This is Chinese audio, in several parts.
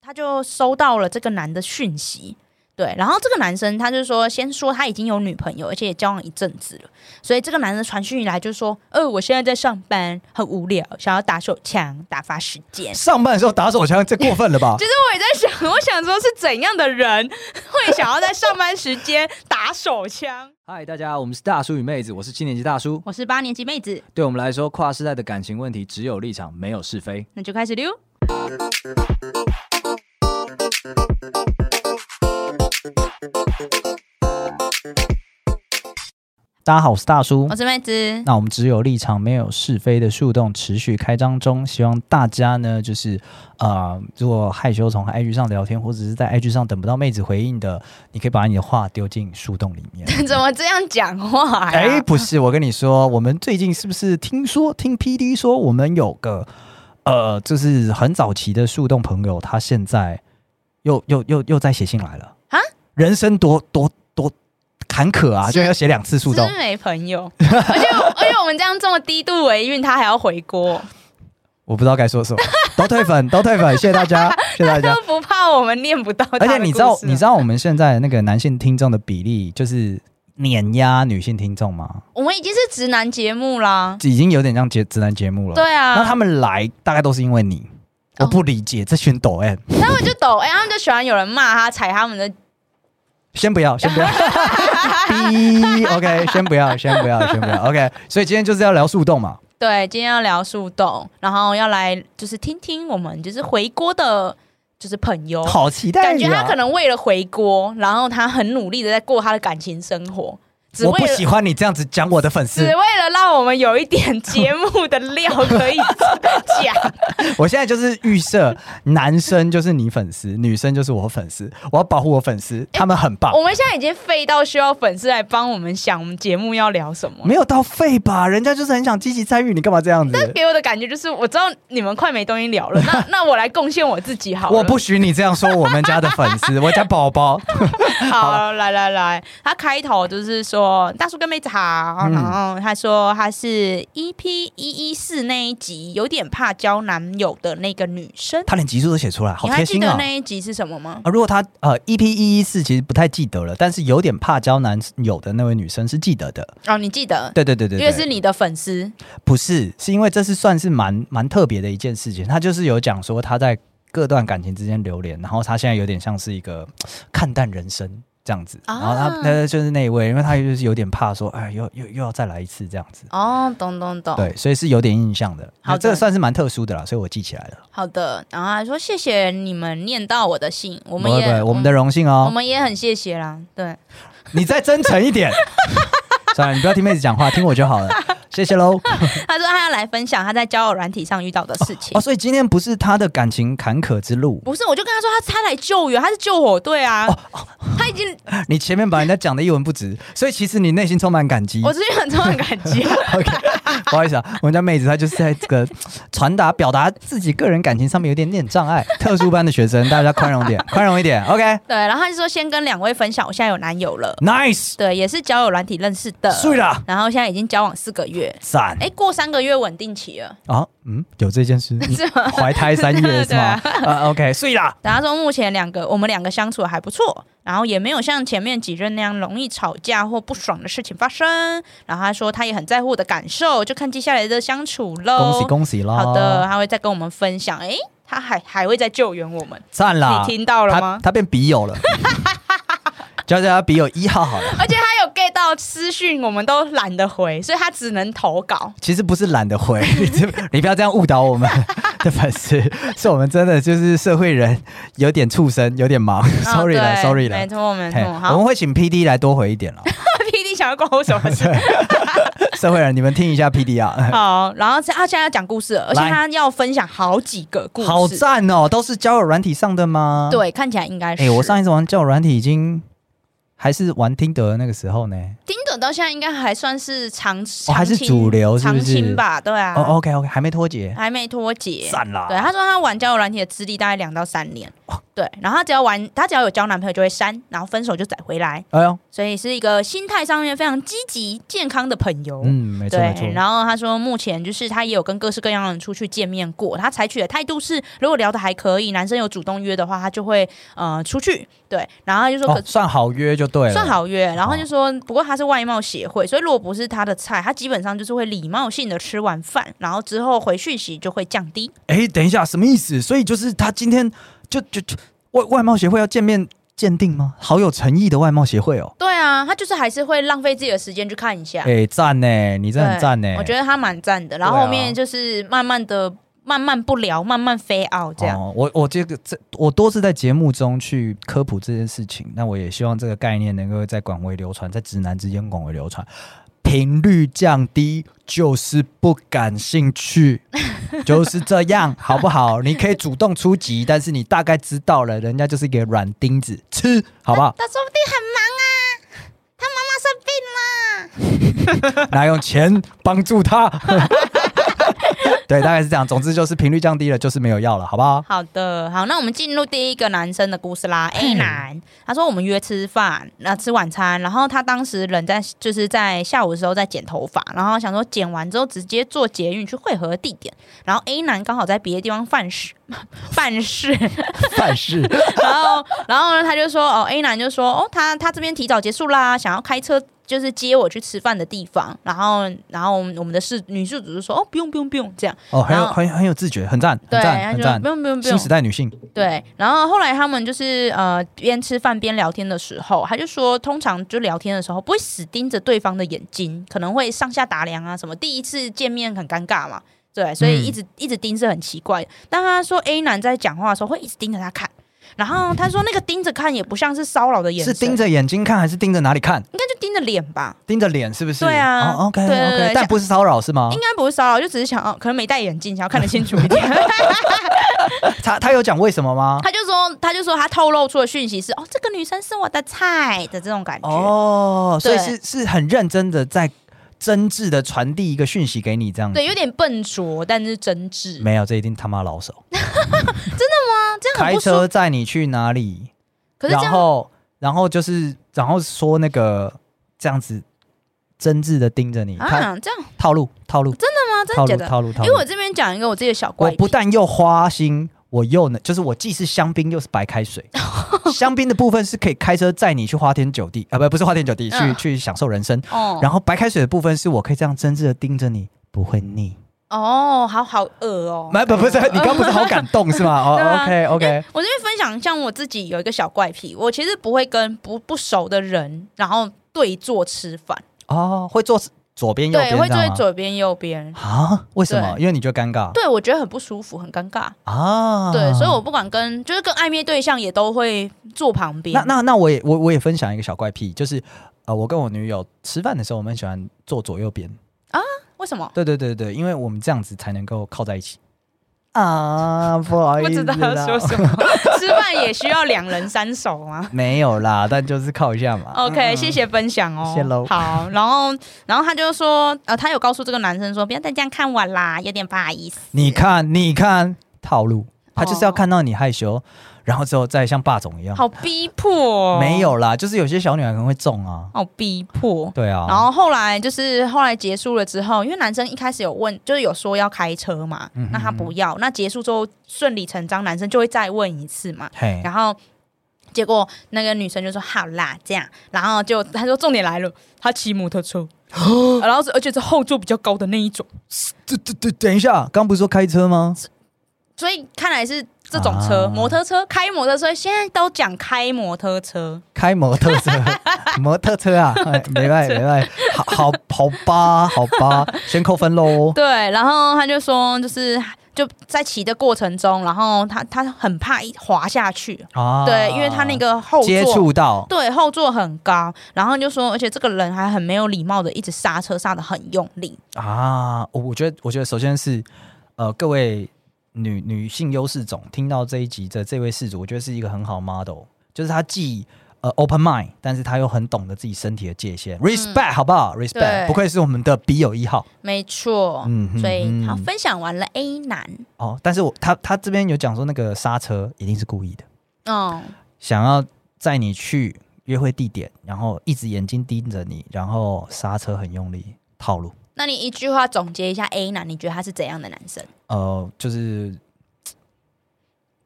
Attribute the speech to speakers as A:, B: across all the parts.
A: 他就收到了这个男的讯息。对，然后这个男生他就说，先说他已经有女朋友，而且也交往一阵子了，所以这个男生传讯以来就说，呃，我现在在上班，很无聊，想要打手枪打发时 间。
B: 上班的时候打手枪，这过分了吧？
A: 就是我也在想，我想说是怎样的人会想要在上班时间打手枪？
B: 嗨，大家，我们是大叔与妹子，我是七年级大叔。
A: 我是八年级妹子，
B: 对我们来说，跨世代的感情问题只有立场，没有是非。
A: 那就开始溜。
B: 大家好，我是大叔
A: 我。哦是妹子，
B: 那我们只有立场，没有是非的树洞持续开张中，希望大家呢，就是呃，如果害羞从 IG 上聊天，或者是在 IG 上等不到妹子回应的，你可以把你的话丢进树洞里面。
A: 怎么这样讲话呀？
B: 哎、不是，我跟你说，我们最近是不是听说听 PD 说我们有个呃，就是很早期的树洞朋友，他现在又又又又再写信来了
A: 啊？
B: 人生多多多坎坷啊，
A: 是
B: 居然要写两次树洞
A: 真，没朋友，而且而且我们 这样这么低度为运，他还要回锅，
B: 我不知道该说什么， 都退粉，都退粉，谢谢 大家，谢谢大家
A: 就。不怕我们念不到他的
B: 而
A: 故事。
B: 且你知道，你知道我们现在那个男性听众的比例就是碾压女性听众吗？
A: 我们已经是直男节目啦，
B: 已经有点像节直男节目了。
A: 对啊，
B: 哦那他们来大概都是因为你，我
A: 哦
B: 不理解这群抖 M。
A: 他们就抖，哎、他们就喜欢有人骂他，踩他们的，
B: 先不要，先 不要。B OK，先不要，先不要，先不要。OK，所以今天就是要聊树洞嘛。
A: 对，今天要聊树洞，然后要来就是听听我们就是回锅的，就是朋友。
B: 好期待、啊！
A: 哦感觉他可能为了回锅，然后他很努力的在过他的感情生活，只
B: 我
A: 为
B: 不
A: 了
B: 喜欢你这样子讲我的粉
A: 只
B: 丝
A: 为。了让我们有一点节目的料可以 讲。
B: 我现在就是预设，男生就是你粉丝，女生就是我粉丝。我要保护我粉丝，他们很棒。
A: 我们现在已经废到需要粉丝来帮我们想我们节目要聊什么。
B: 没有到废吧？人家就是很想积极参与，你干嘛这样子？
A: 给我的感觉就是，我知道你们快没东西聊了， 那那我来贡献我自己好了。
B: 我不许你这样说我们家的粉丝，我家宝宝。
A: 好，来来来，他开头就是说大叔跟妹子好，
B: 嗯
A: 然后他说他是 EP 一一四那一集有点怕交男友的那个女生，
B: 他连集数都写出来，好
A: 你
B: 贴
A: 还记
B: 心
A: 得
B: 啊！
A: 那一集是什么吗？
B: 啊，如果他呃 EP 一一四其实不太记得了，但是有点怕交男友的那位女生是记得的。
A: 哦，你记得，
B: 对对对对
A: 因
B: 对，
A: 为是你的粉丝，
B: 不是是因为这是算是蛮蛮特别的一件事情，他就是有讲说他在各段感情之间流连，然后他现在有点像是一个看淡人生。这样子，然后他
A: 啊
B: 那就是那一位，因为他就是有点怕说，哎，又又又要再来一次这样子，
A: 哦，懂懂懂，
B: 对，所以是有点印象的。
A: 好
B: 那
A: 的
B: 这个算是蛮特殊的啦，所以我记起来了。
A: 好的，然后他说谢谢你们念到我的信，我
B: 我
A: 们也
B: 我们的荣幸
A: 我
B: 哦，
A: 们也很谢谢啦，对，
B: 你再真诚 一点。算了，你不要听妹子讲话，听我就好了。谢谢喽。
A: 他说他要来分享他在交友软体上遇到的事情。
B: 哦，所以今天不是他的感情坎坷之路。
A: 不是，我就跟他说他他来救援，他是救火队啊，
B: 哦
A: 他已经，
B: 你前面把人家讲的一文不值，所以其实你内心充满感激
A: 我。真的很充满感激。
B: OK，不好意思啊，我们家妹子她就是在这个传达、表达自己个人感情上面有点点 障碍，特殊班的学生，大家宽容点，宽容一点。
A: 对，然后他就说先跟两位分享，我现在有男友了，
B: 嗯 OK，Nice，、
A: 对，也是交友软体认识的，
B: 睡啦，
A: 然后现在已经交往四个月，
B: 赞
A: 哎，过三个月稳定期了，
B: 啊，嗯，有这件事，你
A: 是吗？
B: 怀胎三月是 吗？啊，OK，睡啦。
A: 然后他说目前两个我们两个相处得还不错，然后也没有像前面几任那样容易吵架或不爽的事情发生。然后他说他也很在乎我的感受，就看接下来的相处喽。
B: 恭喜恭喜哦啦！
A: 哦好的，，他会再跟我们分享。诶，他还还会再救援我们，
B: 赞啦！
A: 你听到了
B: 他
A: 吗？
B: 他变笔友了， 叫他笔友一号好了。
A: 而且他有 get 到私讯，我们都懒得回，所以他只能投 稿。
B: 其实不是懒得回， 你这你不要这样误导我们 的粉丝，是我们真的就是社会人有点畜生，有点忙，sorry
A: 啊
B: 了
A: 对
B: ，sorry
A: 没
B: 了。
A: 错没
B: 嘿
A: 错。
B: 我
A: 好
B: 们会请 P D 来多回一点 了。
A: ，P D 想要关我什么事？
B: 社会人，你们听一下 P D 啊，
A: 好，然后他现在要讲故事了，而且
B: 来
A: 他要分享好几个故事。
B: 好赞哦！都是交友软体上的吗？。
A: 对，
B: 哎
A: 看起来应该是。
B: 哎，我上一次玩交友软体已经还是玩听得那个时候呢。
A: 听的友到现在应该还算是长，
B: 哦还是
A: 长青
B: 主流是不
A: 长
B: 是
A: 青吧？对啊，
B: 哦，OK OK，还没脱节，
A: 还没脱节。
B: 散啦。
A: 对，他说他玩交友软体的资历大概两到三年，
B: 哦
A: 对，然后他只要玩，他只要有交男朋友就会删，然后分手就再回来，
B: 哎呦，
A: 所以是一个心态上面非常积极健康的朋友。
B: 嗯，没错没错
A: 对，。然后他说，目前就是他也有跟各式各样的人出去见面过。他采取的态度是，如果聊的还可以，男生有主动约的话，他就会呃出去。对，然后他就说
B: 哦
A: 可，
B: 算好约就对了，
A: 算好约，然后就说，不过他是外貌协会，所以如果不是他的菜，他基本上就是会礼貌性的吃完饭，然后之后回讯息就会降低。
B: 哎，等一下，什么意思？所以就是他今天就就就外外貌协会要见面鉴定吗？好有诚意的外貌协会哦。
A: 对啊，他就是还是会浪费自己的时间去看一下。哎
B: 哎，赞呢，你真的很赞呢。
A: 我觉得他蛮赞的。然后后面就是慢慢的、慢慢不聊，慢慢飞 out 这样。
B: 哦、我我这个这我多次在节目中去科普这件事情，那我也希望这个概念能够在广为流传，在直男之间广为流传。频率降低就是不感兴 趣，就是这样，好不好？你可以主动出击，但是你大概知道了，人家就是一个软钉子，吃，好不好？
A: 他说不定很忙啊，他妈妈生病啦。
B: 然后用钱帮助他。 对，大概是这样。总之就是频率降低了，就是没有要了，好 不好？
A: 好的，好，那我们进入第一个男生的故事啦。A
B: 嗯
A: 男，他说我们约吃饭，那、吃晚餐，然后他当时人在就是在下午的时候在剪头发，然后想说剪完之后直接坐捷运去汇合地点，然后 A 男刚好在别的地方犯事， 犯事，
B: 但是
A: 然后，然后呢，他就说，哦，A 男就说，哦，他他这边提早结束啦，想要开车就是接我去吃饭的地方。然后，然后我们我们的事女事主就说，哦，不用不用不用，这样，
B: 哦，很有
A: 然后
B: 很很有自觉，很赞，
A: 对，
B: 很
A: 他就
B: 赞，很
A: 说
B: 赞
A: 不。用不用不
B: 新
A: 用
B: 时，代女性，
A: 对。然后后来他们就是呃边吃饭边聊天的时候，他就说，通常就聊天的时候不会死盯着对方的眼睛，可能会上下打量啊什么。第一次见面很尴尬嘛，对，所以一
B: 嗯
A: 直、一直盯是很奇怪的。但他说 A 男在讲话的时候会一直盯着他看。然后他说，那个盯着看也不像是骚扰的眼
B: 是
A: 神，
B: 盯着眼睛看还是盯着哪里看？
A: 应该就盯着脸吧，
B: 盯着脸是不是？
A: 对啊
B: 哦，OK
A: 对对对
B: OK，但不是骚扰是吗
A: 应？该不是骚扰，就只是想要哦可能没戴眼镜，想要看得清楚一 点。
B: 他他有讲为什么吗？
A: 他就说，他就说他透露出的讯息是，哦，这个女生是我的菜的这种感觉。
B: 哦，所以
A: 对
B: 是是很认真的在真挚的传递一个讯息给你这样子
A: 对，。有点笨拙，但是真挚。
B: 嗯没有，这一定他妈老手。
A: 啊，这样很
B: 开
A: 不舒服。
B: 车载你去哪里？
A: 可是这
B: 然
A: 样，
B: 后然后就是然后说那个这样子真挚的盯着你，他
A: 啊，这样
B: 套路套路
A: 吗？真的
B: 套路
A: 假的？
B: 套路套
A: 因
B: 路
A: 为，我这边讲一个我自己的小怪
B: 我
A: 癖，
B: 不但又花心。我又能，就是我既是香槟又是白 开水。香槟的部分是可以开车载你去花天酒地，啊、不不是花天酒地，去、
A: 嗯
B: 去享受人生。
A: 哦
B: 然后白开水的部分是我可以这样真挚的盯着你，不会腻。
A: 哦，好好恶哦。
B: 没、不不是，你刚不是好感动是 吗？哦、
A: 对啊
B: o k OK，
A: 我这边分享，像我自己有一个小怪癖，我其实不会跟不不熟的人，然后对坐吃饭，
B: 哦，会坐左边右边
A: 对，
B: 这
A: 会
B: 样
A: 坐在
B: 吗？
A: 左边右边，
B: 啊？为什么？
A: 对
B: 因为你就尴尬
A: 对我觉得很不舒服，很尴尬。
B: 啊？
A: 对，所以我不管跟就是跟暧昧对象也都会坐旁边。
B: 那那那我也我我也分享一个小怪癖，就是呃，我跟我女友吃饭的时候，我们喜欢坐左右边。
A: 为什么？
B: 对对对对，因为我们这样子才能够靠在一起。啊，不好
A: 不
B: 意
A: 知
B: 思
A: 道要说
B: 啦，
A: 什么， 吃饭也需要两人三手啊吗？
B: 没有啦，但就是靠一下嘛。
A: OK，、
B: 嗯
A: 谢。谢分享哦，
B: 谢喽
A: 好，然后，然后他就说，呃，他有告诉这个男生说，不要再这样看我啦，有点不好意思。
B: 你看，你看套路，他就是要
A: 哦
B: 看到你害羞，然后之后再像霸总一样。
A: 好逼迫、哦，
B: 嗯没，有啦，就是有些小女孩可能会中啊。
A: 好逼迫。
B: 对啊。
A: 然后后来就是后来结束了之后，因为男生一开始有问，就是有说要开车嘛，
B: 嗯哼
A: 那他不要，那结束之后顺理成章，男生就会再问一次嘛。
B: 嘿，
A: 然后结果那个女生就说好啦，这样，然后就她说重点来了，她骑摩托 车，然后是而且是后座比较高的那一种，
B: 这这这，等一下，刚不是说开车吗？
A: 所以看来是这种车，
B: 啊
A: 摩托车开摩托车，现在都讲开摩托车，
B: 开摩托车，摩托车 啊，哎没办法没办法，好好好吧，好吧，先扣分喽。
A: 对，然后他就说就是。就在骑的过程中，然后他他很怕一滑下去，
B: 啊，
A: 对，因为他那个后座
B: 接触到，
A: 对，后座很高，然后就说，而且这个人还很没有礼貌的，一直刹车刹的很用力，
B: 啊，我我觉得，我觉得首先是呃，各位女女性优势种听到这一集的这位事主，我觉得是一个很好 model，就是她既呃 open mind，但是他又很懂得自己身体的界限，respect、好不好？respect，
A: 对
B: 不愧是我们的笔友一号
A: 没错，
B: 嗯哼
A: 所以好
B: 嗯
A: 分享完了 A 男，
B: 哦。但是我他他这边有讲说那个刹车一定是故意的，
A: 嗯，
B: 想要载你去约会地点，然后一直眼睛盯着你，然后刹车很用力套路，
A: 那你一句话总结一下 A 男，你觉得他是怎样的男生？
B: 呃，就是嘖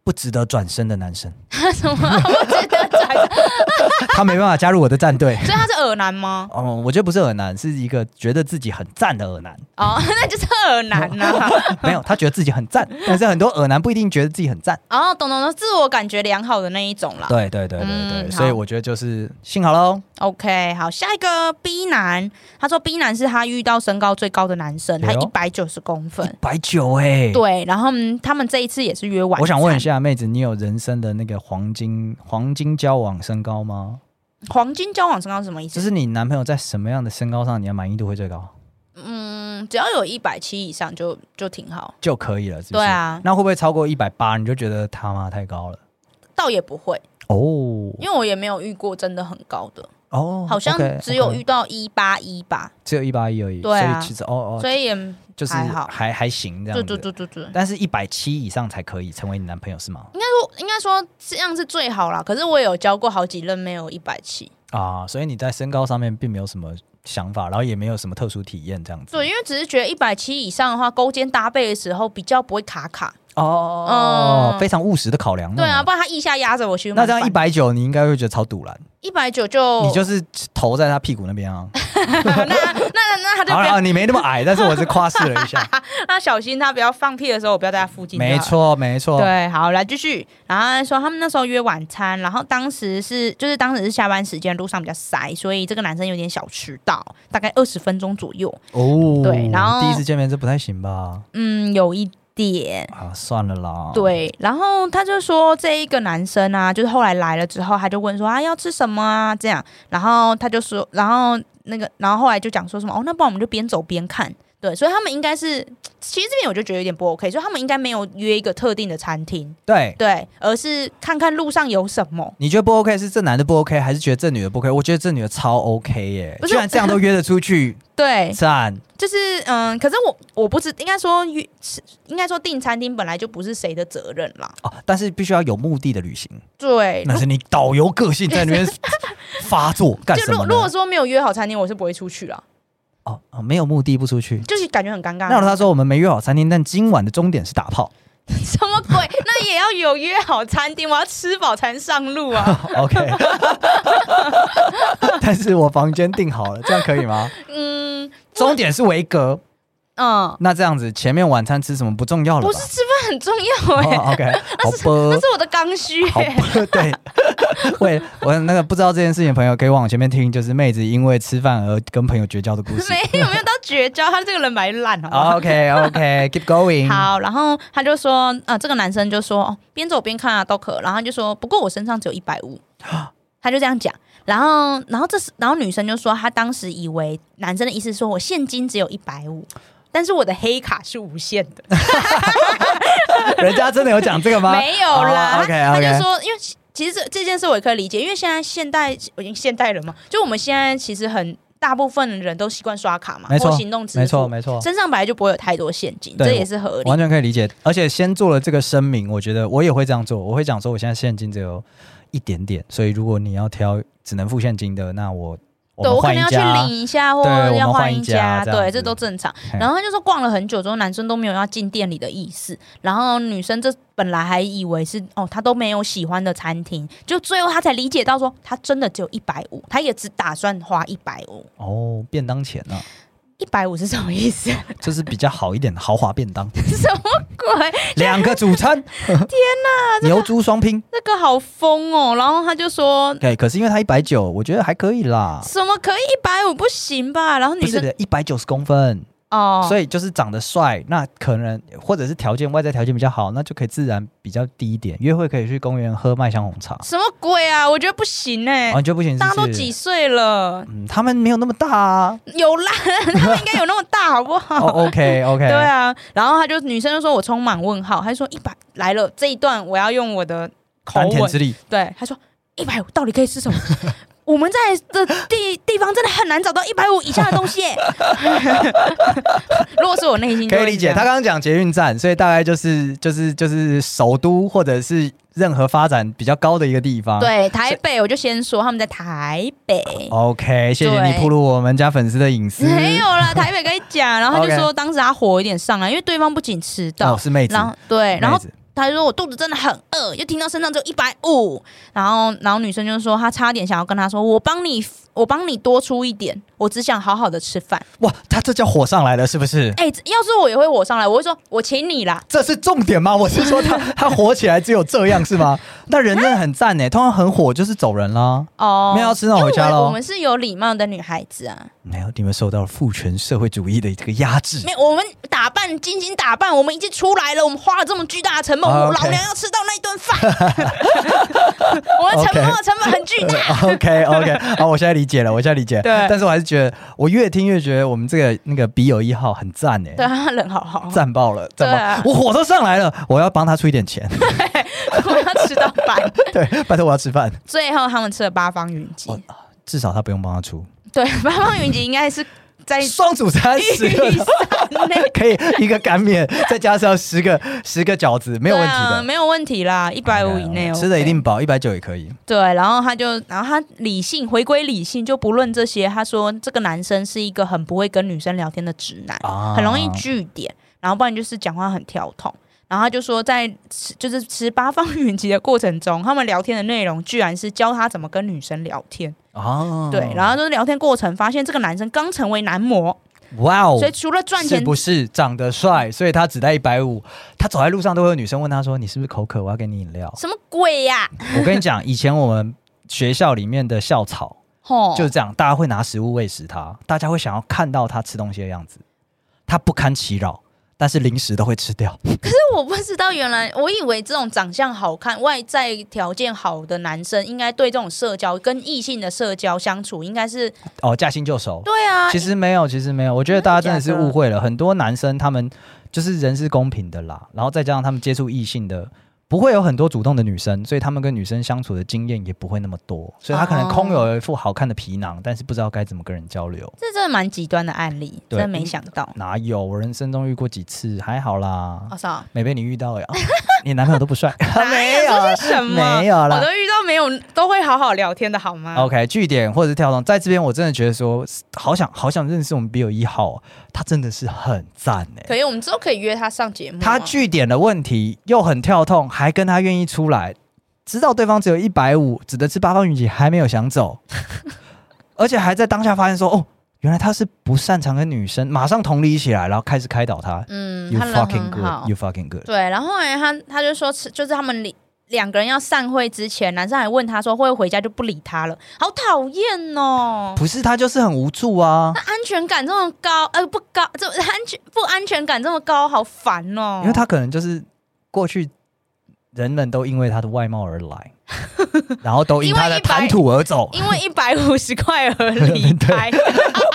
B: 不值得转身的男生，
A: 他 什么？我觉得转，
B: 他没办法加入我的战队。
A: 所以他是耳男吗？
B: 哦，我觉得不是耳男，是一个觉得自己很赞的耳 男。
A: 哦，那就是耳男啊呐、
B: 没有，他觉得自己很赞，但是很多耳男不一定觉得自己很赞。
A: 哦，懂懂懂，自我感觉良好的那一种啦。
B: 对对对对对，
A: 嗯
B: 所以
A: 好
B: 我觉得就是幸好喽。
A: OK，好，下一个 B 男，他说 B 男是他遇到身高最高的男生，他
B: 哎呦嗯
A: 一百九十公分。
B: 百九哎，
A: 对，然后嗯他们这一次也是约晚餐。
B: 我想问一下妹子，你有人生的那个黄金黄金交往身高吗？
A: 黄金交往身高是什么意思？
B: 就是你男朋友在什么样的身高上，你的满意度会最高
A: 嗯，只要有一百七以上就就挺好，
B: 就可以了，是不是？
A: 对啊
B: 那会不会超过一百八，你就觉得他妈太高了？
A: 倒也不会，
B: 哦
A: 因为我也没有遇过真的很高的，
B: 哦，
A: 好像
B: OK，
A: 只有
B: OK，
A: 遇到一八一吧，
B: 只有一八一而已，
A: 对啊
B: 所以其实哦哦，
A: 所以也
B: 就是
A: 还好
B: 还还行这样
A: 对
B: 子。
A: 对对对对。
B: 但是，一百七以上才可以成为你男朋友是吗？
A: 应该说这样是最好啦。可是我也有交过好几任没有一百七，
B: 啊，所以你在身高上面并没有什么想法，然后也没有什么特殊体验这样子。
A: 对，因为只是觉得一百七以上的话，勾肩搭背的时候比较不会卡卡。
B: 哦，
A: 嗯
B: 非常务实的考量。哦
A: 对啊，。不然他腋下压着我，其实
B: 那这样一百九，你应该会觉得超堵然，
A: 一百九就
B: 你就是头在他屁股那边啊。
A: 那那那那 他就
B: 好
A: 不
B: 了，
A: 要
B: 啊你没那么矮，但是我是夸饰了 一下。
A: 那小心他不要放屁的时候，我不要在他附近。
B: 没。错，没错。
A: 对，好，来继续。然后他说他们那时候约晚餐，然后当时是就是当时是下班时间，路上比较塞，所以这个男生有点小迟到，大概二十分钟左右。
B: 哦，
A: 对然后
B: 第一次见面这不太行吧？
A: 嗯，有一点。
B: 啊，算了啦。，
A: 对，然后他就说啊这一个男生啊，就是后来来了之后，他就问说啊要吃什么啊这样，然后他就说，然后那个，然后后来就讲说什么哦，那不然我们就边走边看。对，所以他们应该是，其实这边我就觉得有点不 OK，所以他们应该没有约一个特定的餐厅，
B: 对，
A: 对，而是看看路上有什么。
B: 你觉得不 OK 是这男的不 OK，还是觉得这女的不 OK？我觉得这女的超 OK 耶，
A: 不是
B: 居然这样都约得出去，
A: 对，
B: 赞。
A: 就是嗯，可是我我不知，应该说约，是应该说订餐厅本来就不是谁的责任啦。
B: 哦，但是必须要有目的的旅行，
A: 对，
B: 那
A: 如
B: 是你导游个性在那 边发作干
A: 就
B: 什
A: 如
B: 么
A: 果如果
B: 呢？
A: 说没有约好餐厅，我是不会出去了，
B: 哦哦，没有目的不出去。
A: 就是感觉很尴尬。
B: 那他说我们没约好餐厅，但今晚的终点是打炮。
A: 什么鬼？那也要有约好餐厅，我要吃饱才上路啊！
B: OK，但是我房间订好了，这样可以吗？
A: 嗯
B: 终点是维格，
A: 嗯，
B: 那这样子前面晚餐吃什么不重要了吧？
A: 不是吃饭很重要哎、
B: 哦、，OK，好
A: 那
B: 吧。
A: 是我的刚需、
B: 好
A: 欸。
B: 吧， 对，喂，我那个不知道这件事情的朋友可以往前面听，就是妹子因为吃饭而跟朋友绝交的故事。
A: 没有没有到绝交，他这个人蛮烂好不好
B: OK OK，keep going。
A: 好，然后他就说，呃，这个男生就说，哦边走边看啊，都可。然后他就说，不过我身上只有一百 五，他就这样讲。然后，然后这时，然后女生就说，她当时以为男生的意思是说我现金只有一百五，但是我的黑卡是无限的。
B: 人家真的有讲这个吗？哦
A: 没有啦。
B: OK
A: 他
B: OK，
A: 他就说，因为其其实这这件事我也可以理解，因为现在现代我已经现代人嘛，就我们现在其实很大部分人都习惯刷卡嘛，
B: 没错
A: 或行动支付，
B: 没错没错，
A: 身上本来就不会有太多现金，
B: 对
A: 这也是合理。
B: 完全可以理解。而且先做了这个声明，我觉得我也会这样做，我会讲说我现在现金只有一点点，所以如果你要挑只能付现金的，那我我
A: 对，
B: 们
A: 我可
B: 换
A: 能
B: 一
A: 要去
B: 家。
A: 领一下，或
B: 对我们
A: 要
B: 换
A: 换
B: 一
A: 一
B: 家
A: 家，
B: 这样
A: 对，
B: 子
A: 这都正常。
B: 嘿
A: 然后他就说逛了很久之后，男生都没有要进店里的意思，然后女生这本来还以为是哦，他都没有喜欢的餐厅，就最后他才理解到说，他真的只有一百五，他也只打算花一百五，
B: 哦，便当钱呢、
A: 一百五是什么意思？
B: 就是比较好一点的豪华便 当，
A: 什么
B: 哦
A: 鬼？
B: 两个主餐，天哪，牛猪双拼。
A: 那个好疯哦！然后他就说
B: 对，可是因为他一百九，我觉得还可以 啦，
A: 什么可以一百五不行哦吧？然后女
B: 不
A: 生
B: 是一百九十公分，
A: 哦，
B: 所以就是长得帅，那可能或者是条件外在条件比较好，那就可以自然比较低一点。约会可以去公园喝麦香红茶，
A: 什么鬼啊？我觉得不行哎、
B: 完、全哦不行是不
A: 大
B: 是
A: 家都几岁了？
B: 嗯，他们没有那么 大啊。
A: 有啦，他们应该有那么大好不 好？
B: 哦，OK OK，
A: 对啊，然后他就女生就说我充满问号，他就说一百来了这一段我要用我的口
B: 丹田
A: 吻，
B: 之力，
A: 对，他说一百五到底可以吃 什么？我们在的地地方真的很难找到一百五以下的东西耶。 如果是我内心就
B: 可
A: 会
B: 以理
A: 这
B: 解。
A: 样
B: 他刚刚讲捷运站，所以大概就是就是就是首都或者是任何发展比较高的一个地方。
A: 对台北，我就先说他们在台北。
B: 哦，OK，谢谢
A: 对
B: 你铺露我们家粉丝的隐私。
A: 没有啦，台北跟你讲，然后他就
B: OK
A: 说当时他火有点上来，因为对方不仅迟到，
B: 哦，是妹子，
A: 然后对，然后
B: 妹子
A: 他就说我肚子真的很饿，又听到身上只有一百五，然后然后女生就说她差点想要跟他说，我帮你我帮你多出一点，我只想好好的吃饭。
B: 哇，他这叫火上来了，是 不是？
A: 哎、要是我也会我上来，我会说我请你啦。
B: 这是重点吗？我是说他 他火起来只有这样 是吗？那人真的很赞呢，通常很火就是走人啦，
A: 哦，
B: 没有要吃那我回家
A: 因为我
B: 喽
A: 我。们是有礼貌的女孩子啊，
B: 没有，你们受到了父权社会主义的这个压制。
A: 没有我们打扮精心打扮，我们已经出来了，我们花了这么巨大的成本，
B: 哦
A: 我
B: OK
A: 老娘要吃到那一顿饭， 我们承包的成本很巨大。
B: OK OK，好， 我现在理解了，我现在理解了。
A: 对
B: 但是我还是觉得，我越听越觉得我们这个那个笔友一号很赞哎
A: 对，啊，人好好，
B: 赞爆了，
A: 对
B: 赞爆
A: 啊
B: 了！我火都上来了，我要帮他出一 点钱。
A: 我要吃到饭。
B: 对，拜托我要吃饭，
A: 最后他们吃了八方云集，
B: 哦至少他不用帮他出。
A: 对，八方云集应该是在玉
B: 双主餐十个人
A: 山内。
B: 可以一个擀面，再加上 十个十个饺 子，没有问题
A: 对
B: 的
A: 啊，。没有问题啦，一百五以内、
B: 嗯
A: OK
B: 吃的一定饱，一百九也可以。
A: 对。然后他就，然后他理性回归理性，就不论这些。他说这个男生是一个很不会跟女生聊天的直男，
B: 啊
A: 很容易据点，然后不然就是讲话很跳痛。然后他就说在，吃就是吃八方云集的过程中，他们聊天的内容居然是教他怎么跟女生聊天。
B: 哦，
A: 对，然后就是聊天过程发现这个男生刚成为男模，
B: 哇哦
A: 所以，除了赚
B: 是
A: 钱
B: 不是长得帅？所以他只带一百五，他走在路上都会有女生问他说：“你是不是口渴？我要给你饮料。
A: 什么鬼呀、”
B: 我跟你讲，以前我们学校里面的校草
A: 吼，
B: 就是这样，大家会拿食物喂食它，大家会想要看到它吃东西的样子。它不堪其扰，但是零食都会吃 掉。
A: 但我不知道，原来我以为这种长相好看、外在条件好的男生，应该对这种社交跟异性的社交相处，应该是
B: 哦，驾轻就熟。
A: 对啊。
B: 其实没有，其实没有，我觉得大家真的是误会了。很多男生他们就是人是公平的啦，然后再加上他们接触异性的，不会有很多主动的女生，所以他们跟女生相处的经验也不会那么多，所以他可能空有一副好看的皮囊，但是不知道该怎么跟人交流。
A: 这真的蛮极端的案例，
B: 对
A: 真的没想到。
B: 哪有？我人生中遇过几次，还好啦
A: 我，操，
B: 没被你遇到呀。 你男朋友都不帅，没
A: 哦 哪
B: 有啦
A: 这是什么？
B: 没有
A: 我
B: 啦。
A: 都遇到没有都会好好聊天的好吗？
B: OK，据点或者是跳动，在这边我真的觉得说，好想好想认识我们笔友一号哦，他真的是很赞哎、
A: 可以，我们之后可以约他上节目啊。
B: 他据点的问题又很跳痛，还跟他愿意出来，知道对方只有一百五，只能吃八方云集，还没有 想走，而且还在当下发现说，哦，原来他是不擅长跟女生，马上同理起来，然后开始开导他。
A: 嗯，
B: You
A: 他人
B: fucking
A: 很好
B: good, you fucking good。
A: 对，然后后来他他就说吃，就是他们两两个人要散会之前，男生还问他说会不会回家，就不理他了，好讨厌哦。
B: 不是他就是很无助啊
A: 那，安全感这么高，呃，不高，这安全不安全感这么高，好烦哦。
B: 因为他可能就是过去人们都因为他的外貌而 来，然后都因
A: 因为
B: 他的
A: 100
B: 谈吐而走。
A: 因为一百五十 块而离开，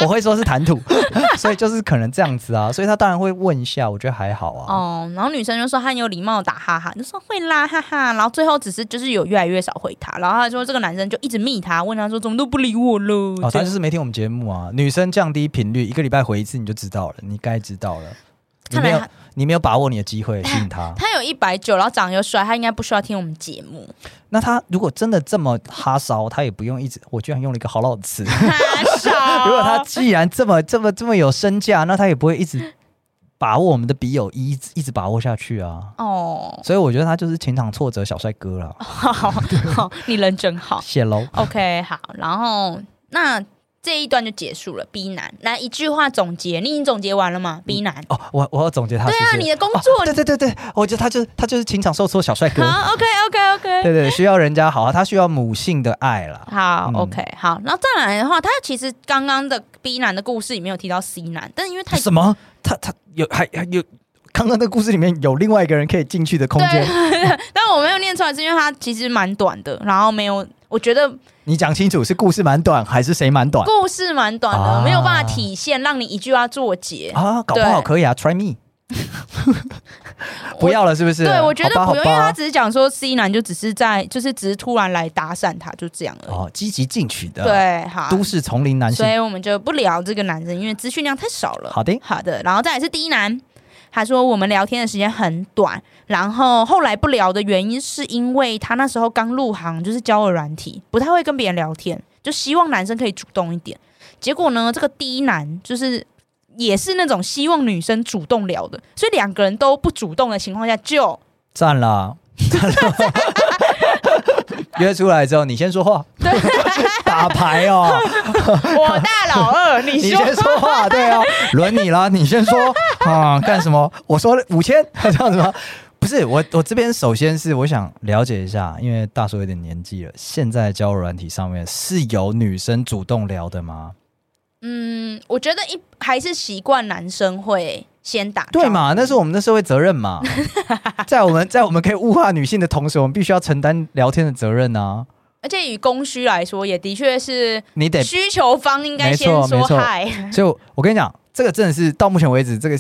B: 我会说是谈吐，
A: 啊
B: 所以就是可能这样子啊，所以他当然会问一下，我觉得还好啊。
A: 哦，然后女生就说她很有礼貌地打哈哈，就说会啦哈哈，然后最后只是就是有越来越少回他，然后他说这个男生就一直密他，问他说怎么都不理我了，
B: 哦，
A: 这
B: 他
A: 样
B: 就是没听我们节目啊。女生降低频率，一个礼拜回一次，你就知道了，你该知道了。你
A: 看
B: 没
A: 来
B: 有
A: 他，。
B: 你没有把握你的机会吸引他
A: 他有一百九，然后长得又帅，他应该不需要听我们节目。
B: 那他如果真的这么哈骚，他也不用一直。我居然用了一个好老的词。
A: 他少。
B: 如果他既然这么这么这么有身价，那他也不会一直把握我们的笔友一一直把握下去啊。
A: 哦，
B: 所以我觉得他就是情场挫折小帅哥啦。
A: 好好，你人真好。
B: 谢喽。
A: OK，好，然后那这一段就结束了。B 男，来一句话总结，你已经总结完了吗？B 男，
B: 哦，我我要总结他是
A: 对
B: 不是。
A: 啊，你的工作，啊
B: 对对对对，我觉得他就是他就是情场受挫小帅哥。
A: 好，OK OK OK，
B: 对对，需要人家好啊，他需要母性的爱啦。
A: 好
B: 嗯
A: OK 好，然后再来的话，他其实刚刚的 B 男的故事里面有提到 C 男，但是因为太
B: 什么？他他有还还有刚刚那个故事里面有另外一个人可以进去的空间，
A: 但我没有念出来，是因为他其实蛮短的，然后没有，我觉得
B: 你讲清楚是故事蛮短还是谁蛮短
A: 故事蛮短的，
B: 啊
A: 没有办法体现让你一句话做结。
B: 啊？搞不好
A: 对
B: 可以啊，try me。 不要了，是不是？
A: 对，我觉得
B: 好吧
A: 不用，因为
B: 好吧
A: 他只是讲说 C 男就只是在，就是只是突然来搭讪他，就这样而已。
B: 哦，积极进取的，，
A: 对，好，
B: 都市丛林男性
A: 所，以我们就不聊这个男生，因为资讯量太少了。
B: 好的
A: 好的，然后再来是第一男，他说我们聊天的时间很短，然后后来不聊的原因是因为他那时候刚入行，就是交友软体，不太会跟别人聊天，就希望男生可以主动一点。结果呢，这个第一男就是。也是那种希望女生主动聊的，所以两个人都不主动的情况下就哦
B: 赞啦，赞啦约出来之后，你先说话，
A: 对
B: 打牌哦，
A: 我大老二，你
B: 你
A: 说
B: 先说话，对哦，轮你啦，你先说啊，干什么？我说五千， 这样子吗？不是，我我这边首先是我想了解一下，因为大叔有点年纪了，现在交友软体上面是有女生主动聊的吗？
A: 嗯，我觉得一还是习惯男生 会先打，
B: 对？嘛，那是我们的社会责 任嘛，在我们在我们可以物化女性的同时，我们必须要承担聊天的责任啊。
A: 而且以供需来说，也的确是
B: 你得
A: 需求方应该
B: 没
A: 先
B: 错
A: 说
B: 没错
A: 嗨，
B: 所以我，我跟你讲，这个真的是到目前为止，这个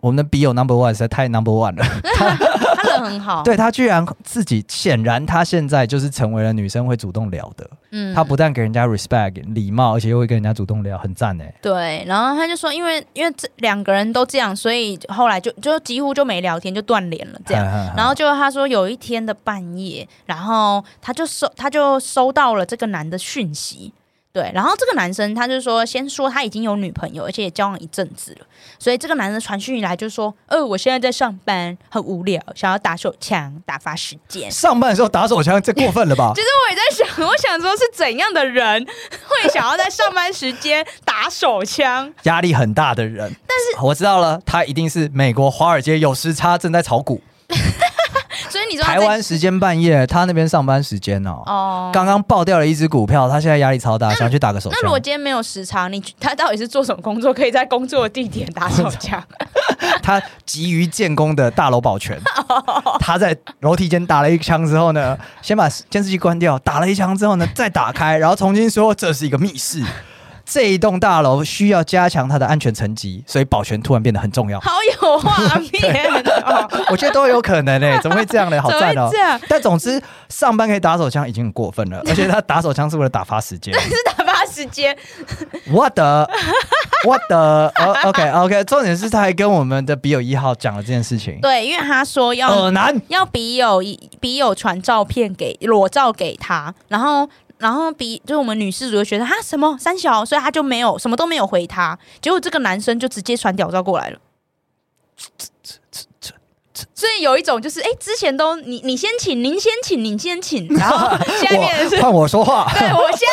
B: 我们的笔友 number one 实在太 number one 了。
A: 他人很好，
B: 对他居然自己，显然他现在就是成为了女生会主动聊的。
A: 嗯
B: 他不但给人家 respect 礼貌，而且又会跟人家主动聊，很赞哎。
A: 对。然后他就说，因为因为这两个人都这样，所以后来就就几乎就没聊天，就断联了这样。
B: 样
A: 然后就他说有一天的半夜，然后他就收他就收到了这个男的讯息，对，然后这个男生他就说先说他已经有女朋友，而且也交往一阵子了，所以这个男的传讯以来就说，呃，我现在在上班，很无聊，想要打手枪打发时间。
B: 上班的时候打手枪，这过分了 吧？
A: 就是我也在想，我想说是怎样的人会想要在上班时间打手枪？
B: 压力很大的人。但是我知道了，他一定是美国华尔街有时差，正在炒股。
A: 所以你说他
B: 台
A: 啊在
B: 湾时间半夜，他那边上班时间哦。
A: 哦，
B: 刚刚爆掉了一只股票，他现在压力超大，想去打个手
A: 那如果
B: 枪。
A: 今天没有时长，你他到底是做什么工作可以在工作的地点打手 枪？
B: 他急于建功的大楼 保全，他在楼梯间打了一枪之后呢，先把监视器关掉，打了一枪之后呢，再打开，然后重新说这是一个密室，这一栋大楼需要加强它的安全层级，所以保全突然变得很重要。
A: 好有画面哦！
B: 我觉得都有可能欸 诶、怎么会这样 呢？好
A: 怎么
B: 赞哦、
A: 会这样？
B: 但总之，上班可以打手枪已经很过分了，而且他打手枪是为了打发时间。
A: 是打发时间，
B: 我 的，我的，呃，OK OK，重点是他还跟我们的笔友一号讲了这件事情。呃
A: 对，啊因为他说要、
B: 耳男，
A: 要笔友笔友传照片给裸照给他，然后然后笔就是我们女事主就觉得他什么三小，所以他就没有什么都没有回他，结果这个男生就直接传屌照过来了。所以有一种就是，哎、之前都你你先请，您先请，您先请，然后现在变成是
B: 我，换我 说话，
A: 对我现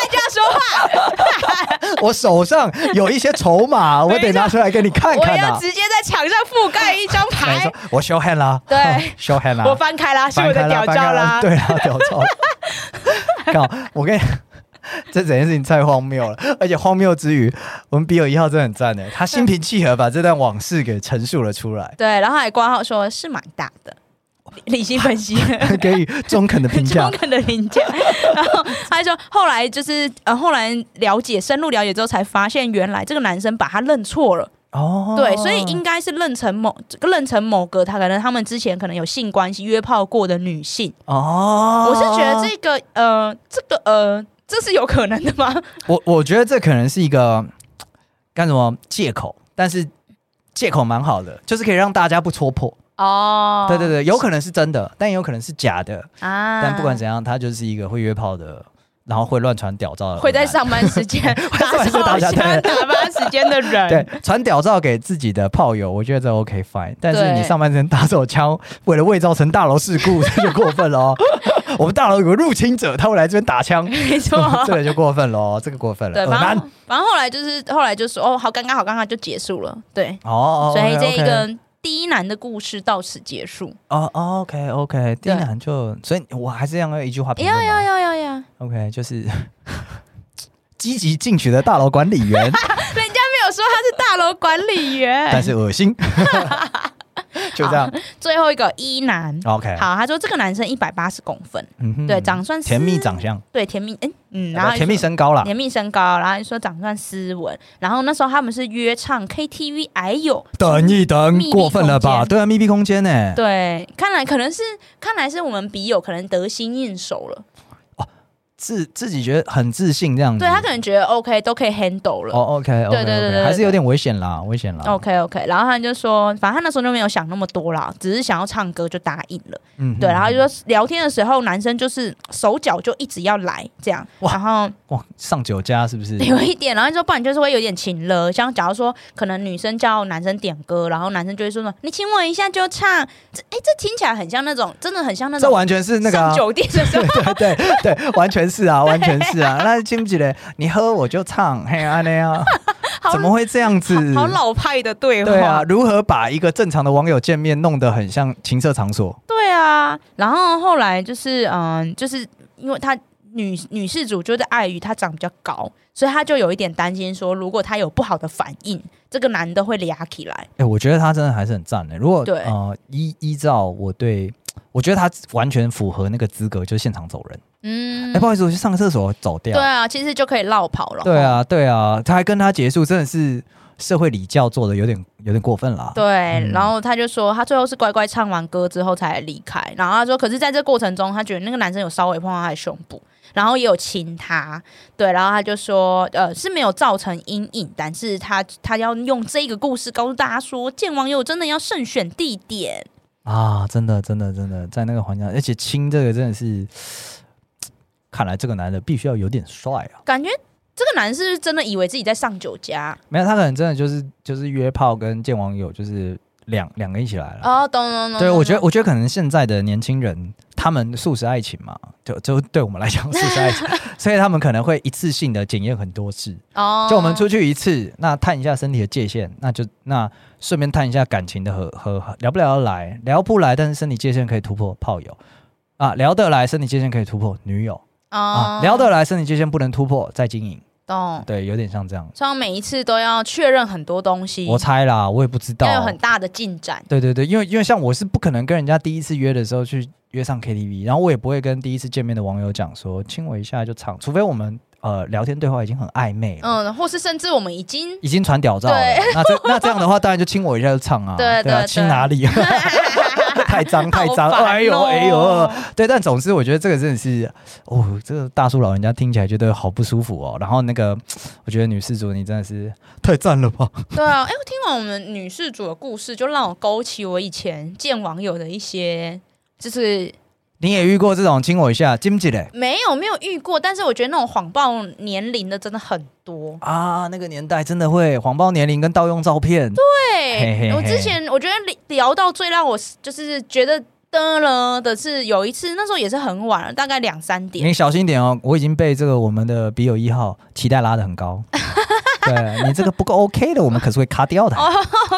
A: 在就要说话，
B: 我手上有一些筹码，我得拿出来给你看
A: 我
B: 看
A: 要
B: 啊。
A: 直接在墙上覆盖一张
B: 没
A: 牌
B: 错，，我 show hand 啦，
A: 对
B: ，show hand 啦，
A: 我翻开啦，是我
B: 翻开
A: 的屌
B: 啦，
A: 照
B: 翻开
A: 啦。
B: 对啦，屌照。靠，我跟你。 这整件事情太荒谬了，而且荒谬之余，我们笔友一号真的很赞的，他心平气和把这段往事给陈述了 出来，
A: 对，然后还挂号说是蛮大的，理理性分析。
B: 给予中肯的评价
A: 中。肯的评价，然后他就说，后来就是呃，后来了解深入了解之后，才发现原来这个男生把他认错了，
B: 哦，
A: 对，所以应该是认成某认成某个他可能他们之前可能有性关系约炮过的女性，
B: 哦，
A: 我是觉得这个呃这个呃这是有可能的吗？
B: 我我觉得这可能是一个干什么借口，但是借口蛮好的，就是可以让大家不戳破。
A: 哦
B: 对对对，有可能是真的，但也有可能是假的。
A: 啊
B: 但不管怎样，他就是一个会约炮的，然后会乱传屌照的，
A: 会在。上班时间打
B: 上班时间
A: 手
B: 打架
A: 枪
B: 对
A: 打发时间的人，
B: 对，传屌照给自己的炮友，我觉得这 OK fine。但是
A: 对
B: 你上半身打手枪，为了伪造成大楼事 故，这就过分了哦。我们大楼有个入侵者，他会来这边打枪，。
A: 没错
B: 这个就过分了哦，这个过分了。
A: 对，
B: 很难
A: 反正反正后来就是后来就说哦，好尴尬，好尴尬，就结束了。对，
B: 哦，哦
A: 所以这
B: OK，OK
A: 一个第一男的故事到此结束。
B: 哦哦，OK OK，第一
A: 对
B: 男就，所以我还是要用一句话评论
A: 要
B: 嘛
A: 要要要要，
B: ，OK，就是积极进取的大楼管理 员，
A: 没有说他是大楼管理
B: 但
A: 员。
B: 是 恶心，就这样
A: 最后一个一男，
B: ，OK，
A: 好，他说这个男生一百八十公分，
B: 嗯哼
A: 对，长算是
B: 甜蜜，长相，
A: 对甜蜜，嗯，嗯，然
B: 然
A: 后
B: 后呃甜蜜
A: 说
B: 升高啦。
A: 甜蜜身高，然后你说长相斯文，然后那时候他们是约唱 KTV，哎呦，
B: 等一
A: 密
B: 等，
A: 闭
B: 过分了吧？
A: 空间
B: 对啊，密闭空间呢？
A: 对，看来可能是看来是我们笔友可能得心应手了，
B: 自自己觉得很自信这样子。
A: 对他可能觉得 OK 都可以 handle 了。
B: 嗯哦，OK，OK，
A: 对对对对对哦
B: 还是有点危险啦，危险啦。
A: OK OK，然后他就说，反正他那时候就没有想那么多啦，只是想要唱歌就答应了。
B: 嗯哼
A: 对，然后就说聊天的时候，男生就是手脚就一直要来这样，
B: 哇
A: 然后
B: 哇，上酒家是不是？
A: 嗯有一点，然后就说不然就是会有点情了。像假如说，可能女生叫男生点歌，然后男生就会说呢，你亲我一下就唱。这哎，这听起来很像那种，真的很像那
B: 这
A: 种
B: 完全是那个啊
A: 上酒店的时候，
B: 对对对，完全是啊，完全是啊。 那记不记得你喝我就唱，嘿啊那样，
A: 好
B: 怎么会这样子？
A: 好老派的对话。
B: 对啊，如何把一个正常的网友见面弄得很像情色场所？
A: 对啊，然后后来就是嗯，就是因为他女女事主就是碍于她长比较高，所以她就有一点担心说，如果她有不好的反应，这个男的会俩起来。
B: 哎、我觉得他真的还是很赞的。如果
A: 对
B: 呃依依照我对，我觉得他完全符合那个资格，就是现场走人。
A: 嗯，
B: 哎、不好意思，我去上个厕所走掉。
A: 对啊，其实就可以绕跑了。
B: 对。啊，对啊，他还跟他结束，真的是社会礼教做的有点有点过分啦。
A: 对，
B: 嗯
A: 然后他就说，他最后是乖乖唱完歌之后才离开。然后他说，可是在这过程中，他觉得那个男生有稍微碰到他的胸部，然后也有亲他。对，然后他就说，呃，是没有造成阴影，但是他他要用这个故事告诉大家说，见网友真的要慎选地点。
B: 啊，真的真的真的，在那个环境下，而且亲这个真的是，看来这个男的必须要有点帅啊。
A: 感觉这个男是不是真的以为自己在上酒 家？
B: 没有，他可能真的就是就是约炮跟见网友，就是两两个一起来了。
A: 哦，懂懂懂。
B: 对，
A: 懂
B: 我觉得，
A: 懂
B: 我觉得可能现在的年轻人，他们素食爱情嘛，就就对我们来讲素食爱情， 所以他们可能会一次性的检验很多次。
A: 哦，
B: 就我们出去一次，那探一下身体的界限，那就那顺便探一下感情的和和和聊不聊得来，聊不来，但是身体界限可以突破炮友啊，聊得来，身体界限可以突破女友
A: 哦
B: 啊，聊得来，身体界限不能突破再经营，
A: 懂。
B: 对，有点像这样。
A: 所以他每一次都要确认很多东西，
B: 我猜啦，我也不知
A: 要有
B: 道。
A: 很大的进展。
B: 对对对，因为因为像我是不可能跟人家第一次约的时候去约上 KTV，然后我也不会跟第一次见面的网友讲说亲我一下就唱，除非我们呃聊天对话已经很暧昧了。
A: 嗯，或是甚至我们已经
B: 已经传屌照了
A: 对，
B: 那这那这样的话，当然就亲我一下就唱啊，
A: 对
B: 啊，
A: 对
B: 亲
A: 对
B: 哪里？太脏太脏，
A: 好烦哦
B: 哎呦哎呦，对，但总之我觉得这个真的是，哦，这个大叔老人家听起来觉得好不舒服哦。然后那个，我觉得女施主你真的是太赞了吧？
A: 对啊，哎，我听完我们女事主的故事，就让我勾起我以前见网友的一些，就是
B: 你也遇过这种亲我一下，经不起嘞？
A: 没有没有遇过，但是我觉得那种谎报年龄的真的很多。
B: 啊，那个年代真的会谎报年龄跟盗用照片，嘿嘿
A: 对，
B: 嘿
A: 我之前我觉得聊到最让我就是觉得的了的是有一次，那时候也是很晚了，大概两三点。
B: 你小心一点哦。我已经被这个我们的笔友一号期待拉得 很高，对你这个不够 OK 的，我们可是会卡掉的。
A: 哦，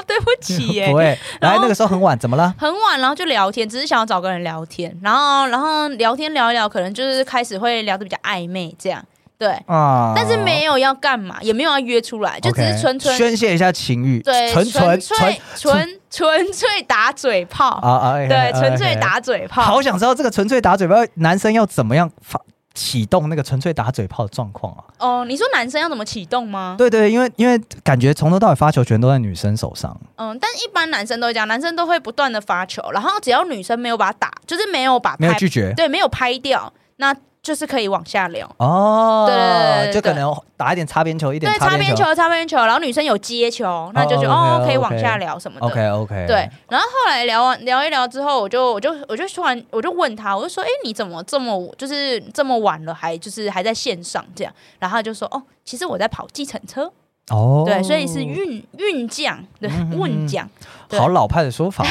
A: 对不 起耶
B: 不，会，
A: 然
B: 来
A: 后
B: 那个时候很晚，怎么 了？
A: 很晚，然后就聊天，只是想要找个人聊天，然后然后聊天聊一聊，可能就是开始会聊得比较暧昧这样，对，
B: 啊
A: 但是没有要干嘛，也没有要约出来，就只
B: OK，
A: 是纯纯
B: 宣泄一下情欲，
A: 对
B: 纯纯
A: 粹纯纯粹打嘴炮，
B: 啊啊，
A: 对，纯粹
B: 哎。哎哎
A: 打嘴炮
B: 好，想知道这个纯粹打嘴炮，男生要怎么样发启动那个纯粹打嘴炮的状况啊？
A: 哦，你说男生要怎么启动吗？
B: 对对，因为因为感觉从头到尾发球权都在女生手上，
A: 嗯，但一般男生都会这样，男生都会不断的发球，然后只要女生没有把他打，就是没有把
B: 没有
A: 拍
B: 拒绝
A: 对，没有拍掉，那就是可以往下聊。
B: 哦，
A: 对对对对
B: 就可能打一点擦边球，一点
A: 对，擦边
B: 边
A: 球，擦边球，然后女生有接球，那就觉得
B: 哦
A: 哦
B: ，OK，
A: 可以往
B: OK
A: 下聊什么的。
B: ，OK OK，
A: 对，，然后后来聊完聊一聊之后，我就我就我就突然我就问他，我就说，哎，你怎么这么就是这么晚了，还就是还在线上这样？然后他就说，哦，其实我在跑计程车，
B: 哦，
A: 对，所以是运运将，对
B: 嗯嗯，嗯
A: 运将，对
B: 好老派的说法，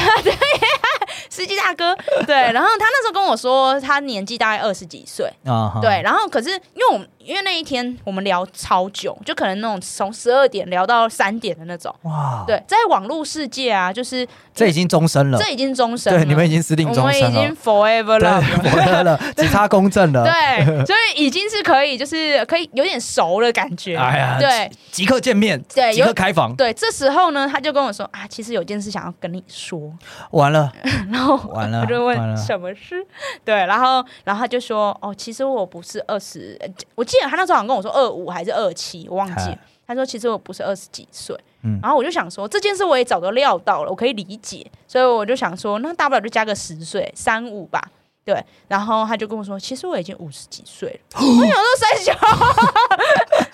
A: 司机大哥，对。然后他那时候跟我说，他年纪大概二十几岁，
B: 啊哈，
A: 对，然后可是因为我们因为那一天我们聊超久，就可能那种从十二点聊到三点的那种。
B: 哇，，
A: 对，在网络世界啊，就是
B: 这已经终身了，
A: 这已经终身了，
B: 对，你们已经私定
A: 我
B: 终
A: 们
B: 身
A: 已
B: 了
A: 经。forever
B: 对
A: love，，
B: 不得 了，只差公正了。
A: 对，所以已经是可以，就是可以有点熟的感觉。
B: 哎呀，
A: 对
B: 即，即刻见面，
A: 对
B: 即刻
A: 有
B: 开房，
A: 对，这时候呢，他就跟我说啊，其实有件事想要跟你说，
B: 完了，
A: 然后后
B: 完了
A: 我就
B: 完了
A: 问什么事？ 对，然后然后他就说哦，其实我不是二十，呃我记得他那时候好像跟我说二五还是二七，我忘记了
B: 哎。
A: 他说其实我不是二十几岁，
B: 嗯
A: 然后我就想说这件事我也早就料到了，我可以理解，所以我就想说那大不了就加个十岁，三五吧。对，然后他就跟我说，其实我已经五十几岁 了。我想说三小，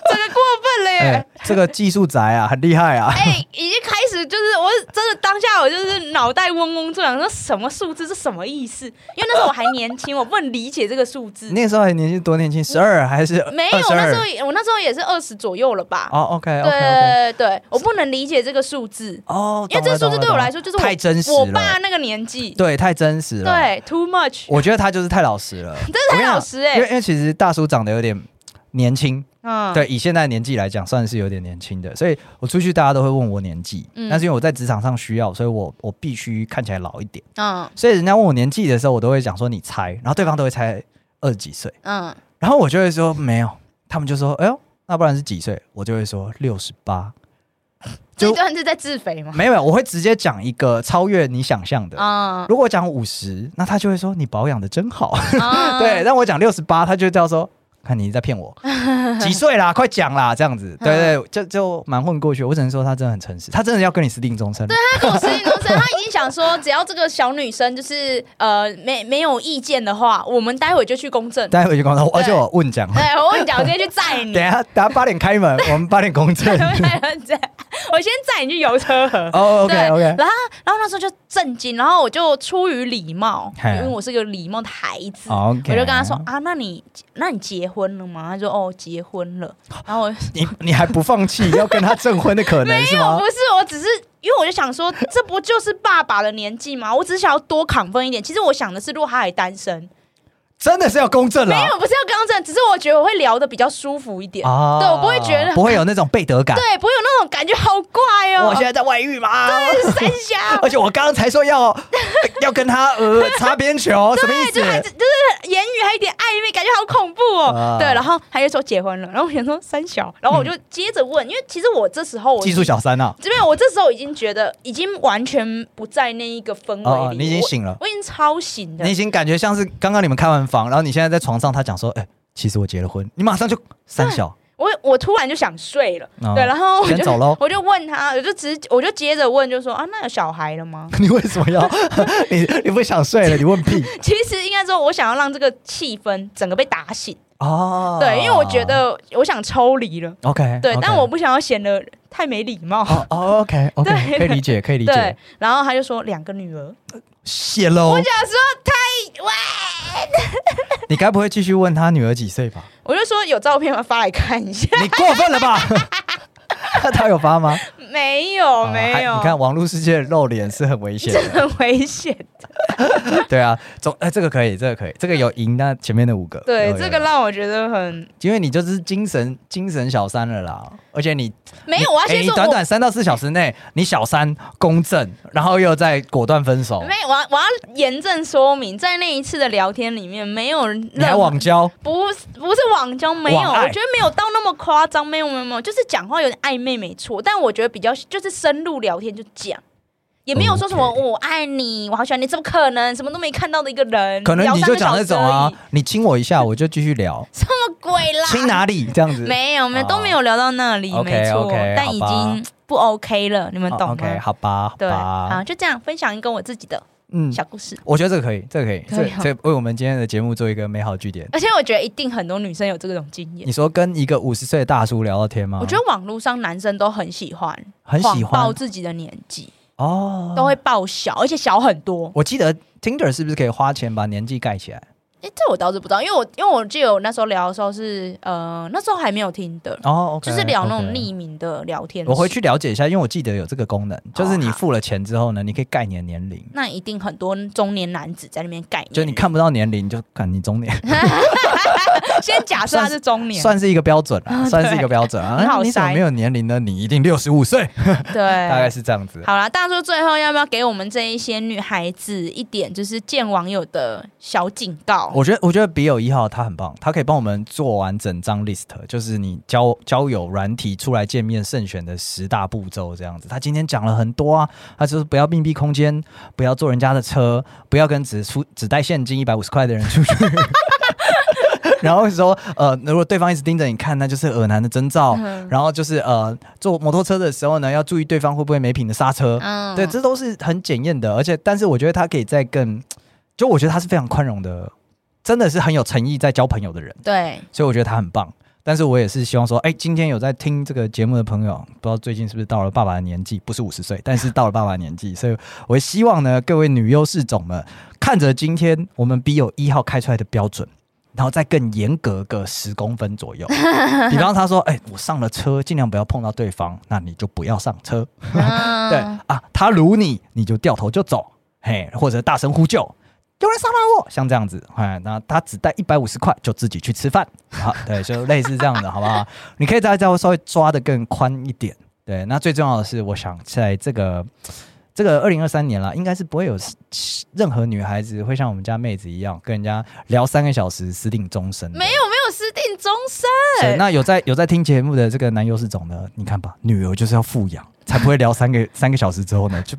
A: 这个过分了耶！
B: 哎，这个技术宅啊，很厉害 啊！
A: 哎、已经开始就是我真的当下我就是脑袋嗡嗡作响，说什么数字是什么意思？因为那时候我还年轻，我不能理解这个数字。
B: 那时候还年纪多年轻，十二还是
A: 没有，
B: 22
A: 那时候也我那时候也是二十左右了吧？
B: 哦，OK
A: 对
B: OK OK，
A: 对对，我不能理解这个数字，
B: 哦，
A: 因为这个数字对我来
B: 说
A: 说就是我
B: 太真实
A: 我
B: 了
A: 爸，那个年纪，
B: 对，太真实了。，
A: 对，too much，
B: 我觉得他就是太老实了，
A: 真 的太老实哎、
B: 因为因为其实大叔长得有点年轻，
A: 嗯，
B: 对，以现在年纪来讲，算是有点年轻的，所以我出去大家都会问我年纪，
A: 嗯
B: 但是因为我在职场上需要，所以我我必须看起来老一点，
A: 嗯
B: 所以人家问我年纪的时候，我都会讲说你猜，然后对方都会猜二十几岁，
A: 嗯，
B: 然后我就会说没有，他们就说哎呦，那不然是几岁？我就会说六十八，
A: 这
B: 就
A: 段是在自肥 吗？
B: 没有，我会直接讲一个超越你想象的。
A: 嗯，
B: 如果讲五十，那他就会说你保养的真好，
A: 嗯
B: 对，，让我讲六十八，他就这样说。看你在 骗我，几岁啦？快讲啦！这样子，
A: 嗯
B: 对对，就就蛮混过去。我只能说他真的很诚实，他真的要跟你私定终身。对，
A: 他 跟我私定终身，他已经想说，只要这个小女生就是呃没没有意见的话，我们待会就去公证。
B: 待会就公道，
A: 对嗯
B: 而且我问讲，
A: 对，我跟你讲，我今天去载 你
B: 等，一下等一下八点 开门，我们八点公证。
A: 我先载你去游车河。
B: 哦
A: 对
B: ，OK OK，
A: 然后，然后那时候就震惊，然后我就出于礼貌，
B: 嘿哦
A: 因为我是个礼貌的孩子，
B: 好，我
A: 我就跟他说，啊，那你那你结婚了吗？他说哦，结婚了。 然后我
B: 你你还不放弃要跟他证婚的 可能是吗
A: 不？是，我只是因为我就想说，这不就是爸爸的年纪吗？我只是想要多亢奋一点。其实我想的是，如果他还单身，
B: 真的是要公证
A: 没
B: 啦
A: 有，不是要刚正，只是我觉得我会聊的比较舒服一点。
B: 啊！
A: 对我不会觉得
B: 不会有那种背德感。
A: 对，不啊会有那种感觉，好怪哦、哎
B: 我现在在外遇吗？
A: 三峡
B: 而且 我刚刚才说 要要跟他呃擦边球，什么意
A: 哎就还
B: 思？
A: 是就是言语还有一点暧昧，感觉好恐怖哦、
B: 啊
A: 对，然后他就说结婚了，然后我想说三小，然后我就嗯接着问，因为其实我这时候我
B: 技术小三啊！
A: 这边我这时候已经觉得已经完全不在那一个氛围里、
B: 哦，你已经
A: 我，
B: 醒了，
A: 我已经超醒的
B: 你已。经感觉像是刚刚你们开完房，然后你现在在床上，他讲说，哎、其实我结了婚，你马上就三小，
A: 我我突然就想睡了，
B: 哦
A: 对，然后我
B: 先
A: 就。
B: 走喽
A: 我就问他，我就直我就接着问，就说啊，那有小孩了吗？
B: 你为什么要？ 你你不想睡了？你问 屁
A: 其实应该说，我想要让这个气氛整个被打醒，
B: 哦。
A: 对，因为我觉得我想抽离了，
B: OK，
A: 对但我不想要显得太没礼貌。
B: 哦哦 OK OK，
A: 对
B: 可以理解，可以理
A: 对
B: 解。，
A: 然后他就说两个女儿，
B: 谢喽
A: 我，想说太 哇，
B: 你该不会继续问他女儿几岁吧？
A: 我就说有照片吗？发来看一下，
B: 你过分了吧？ 他有发吗？
A: 没有
B: 啊
A: 没
B: 还
A: 有，
B: 你 看网络世界露脸是很危险
A: 这
B: 的。
A: 很危险。
B: 对啊，总哎、这个可以，这个可以，这个有赢那前面的五个。有
A: 对，
B: 有
A: 这个
B: 有
A: 让我觉得很
B: 因为你就是精神精神小三了啦，而且你
A: 没有，我要
B: 哎
A: 先
B: 你
A: 说
B: 短
A: 我。
B: 短三到四小时内，你小三公正，然后又再果断分手，
A: 没有，我要我要严正说明，在那一次的聊天里面，没有人
B: 你还网交，
A: 不是不是网交，没有，
B: 网爱
A: 我觉得没有到那么夸张，没有没有没有，就是讲话有点暧昧，没错。但我觉得比较就是深入聊天就讲，也没有说什么
B: OK
A: 我爱你，我好喜欢你，怎么可能？什么都没看到的一个人，
B: 可能你就讲那种啊
A: 嗯聊三个小时而已，
B: 你亲我一下，我就继续聊，
A: 什么鬼
B: 亲
A: 啦？
B: 哪里这样子？
A: 没有没有
B: 哦
A: 都没有聊到那里，
B: OK，
A: 没错
B: OK，
A: 但已
B: 好吧
A: 经不 OK 了，你们
B: 哦
A: 懂吗？
B: OK，好吧，好
A: 对，啊
B: 吧
A: 好，，就这样分享一个我自己的
B: 嗯，
A: 小故事。
B: 我觉得这个可以，这个可以，
A: 可以
B: 这这为我们今天的节目做一个美好句点。
A: 而且我觉得一定很多女生有这种经验
B: 你。说跟一个五十岁的大叔聊到天吗？
A: 我觉得网络上男生都嗯很喜欢，
B: 很喜
A: 谎报
B: 欢
A: 自己的年纪，
B: 哦，
A: 都会报小，而且小很多。
B: 我记得 Tinder 是不是可以花钱把年纪盖起来？
A: 哎，这我倒是不知道，因为我因为我记得我那时候聊的时候是呃，那时候还没有听的，
B: 哦，OK，
A: 就是聊那种
B: OK
A: 匿名的聊天室。
B: 我回去了解一下，因为我记得有这个功能，就是你
A: 哦好
B: 付了钱之后呢，你可以盖你的年龄，
A: 那一定很多中年男子在那边盖，
B: 就你看不到年龄，你就看你中年。
A: 先假设他是中年，
B: 算是一个标准啊，算是一个标准啊。
A: 很好
B: 啊你怎么
A: 塞
B: 没有年龄呢？你一定六十五岁，
A: 对，
B: 大概是这样子。
A: 好啦，大叔最后要不要给我们这一些女孩子一点就是见网友的小警告？
B: 我觉得，我觉得笔友一号他很棒，他可以帮我们做完整张 list，就是你交交友软体出来见面慎选的十大步骤这样子。他今天讲了很多啊，他就是不要密闭空间，不要坐人家的车，不要跟只出只带现金一百五十块的人出去。 然后说，呃，如果对方一直盯着你看，那就是耳男的征兆。
A: 嗯
B: 然后就是呃，坐摩托车的时候呢，要注意对方会不会没品的刹车。
A: 嗯
B: 对，这都是很检验的，而且但是我觉得他可以再更，就我觉得他是非常宽容的，真的是很有诚意在交朋友的人，
A: 对，
B: 所以我觉得他很棒。但是我也是希望说，哎、今天有在听这个节目的朋友，不知道最近是不是到了爸爸的年纪，不是五十岁，但是到了爸爸的年纪，所以我也希望呢，各位女优势种们，看着今天我们笔友一号开出来的标准，然后再更严格个十公分左右。比方他说，哎、我上了车，尽量不要碰到对方，那你就不要上车。
A: 嗯
B: 对啊，他撸你，你就掉头就走，嘿，或者大声呼救，有人杀了我，像这样子，哎，那他只带一百五十块，就自己去吃饭， 好，对，就类似这样的，好不好？你可以再再稍微抓的更宽一点，对。那最重要的是，我想在这个这个二零二三年啦，应该是不会有任何女孩子会像我们家妹子一样，跟人家聊三个小时私定终身的。
A: 没有没有私定终身，
B: 对，那有在有在听节目的这个男优是总呢，你看吧，女儿就是要富养，才不会聊三个 三个小时之后呢，就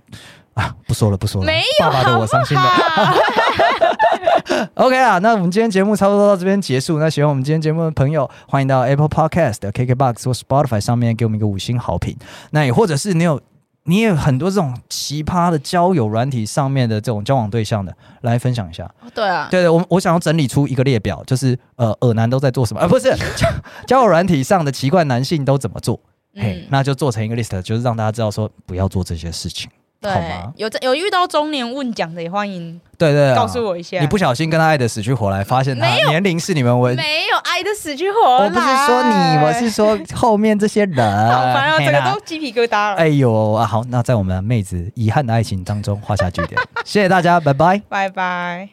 B: 啊不说了不说了，
A: 没
B: 爸爸的我伤心了。
A: 好
B: OK 啊，那我们今天节目差不多到这边结束。那喜欢我们今天节目的朋友，欢迎到 Apple Podcast、KKBox 或 Spotify 上面给我们一个五星好评。那也或者是你有你也有很多这种奇葩的交友软体上面的这种交往对象的，来分享一下。
A: 对啊，
B: 对对，我我想要整理出一个列表，就是呃，耳男都在做什么？啊，不是 交交友软体上的奇怪男性都怎么做？嘿
A: 嗯，，
B: 那就做成一个 list，就是让大家知道说不要做这些事情，好
A: 对
B: 吗，？
A: 有这有遇到中年问讲的也欢迎
B: 对对对，啊
A: 告诉我一下。
B: 你不小心跟他爱的死去活来，发现他年龄是你们唯。
A: 没有爱的死去活来，
B: 我不是说你，我是说后面这些 人。
A: 好烦啊，
B: 嘿
A: 整
B: 啦
A: 个都鸡皮疙瘩了。
B: 哎呦啊！好，那在我们妹子遗憾的爱情当中画下句点。谢谢大家，拜拜。
A: 拜拜。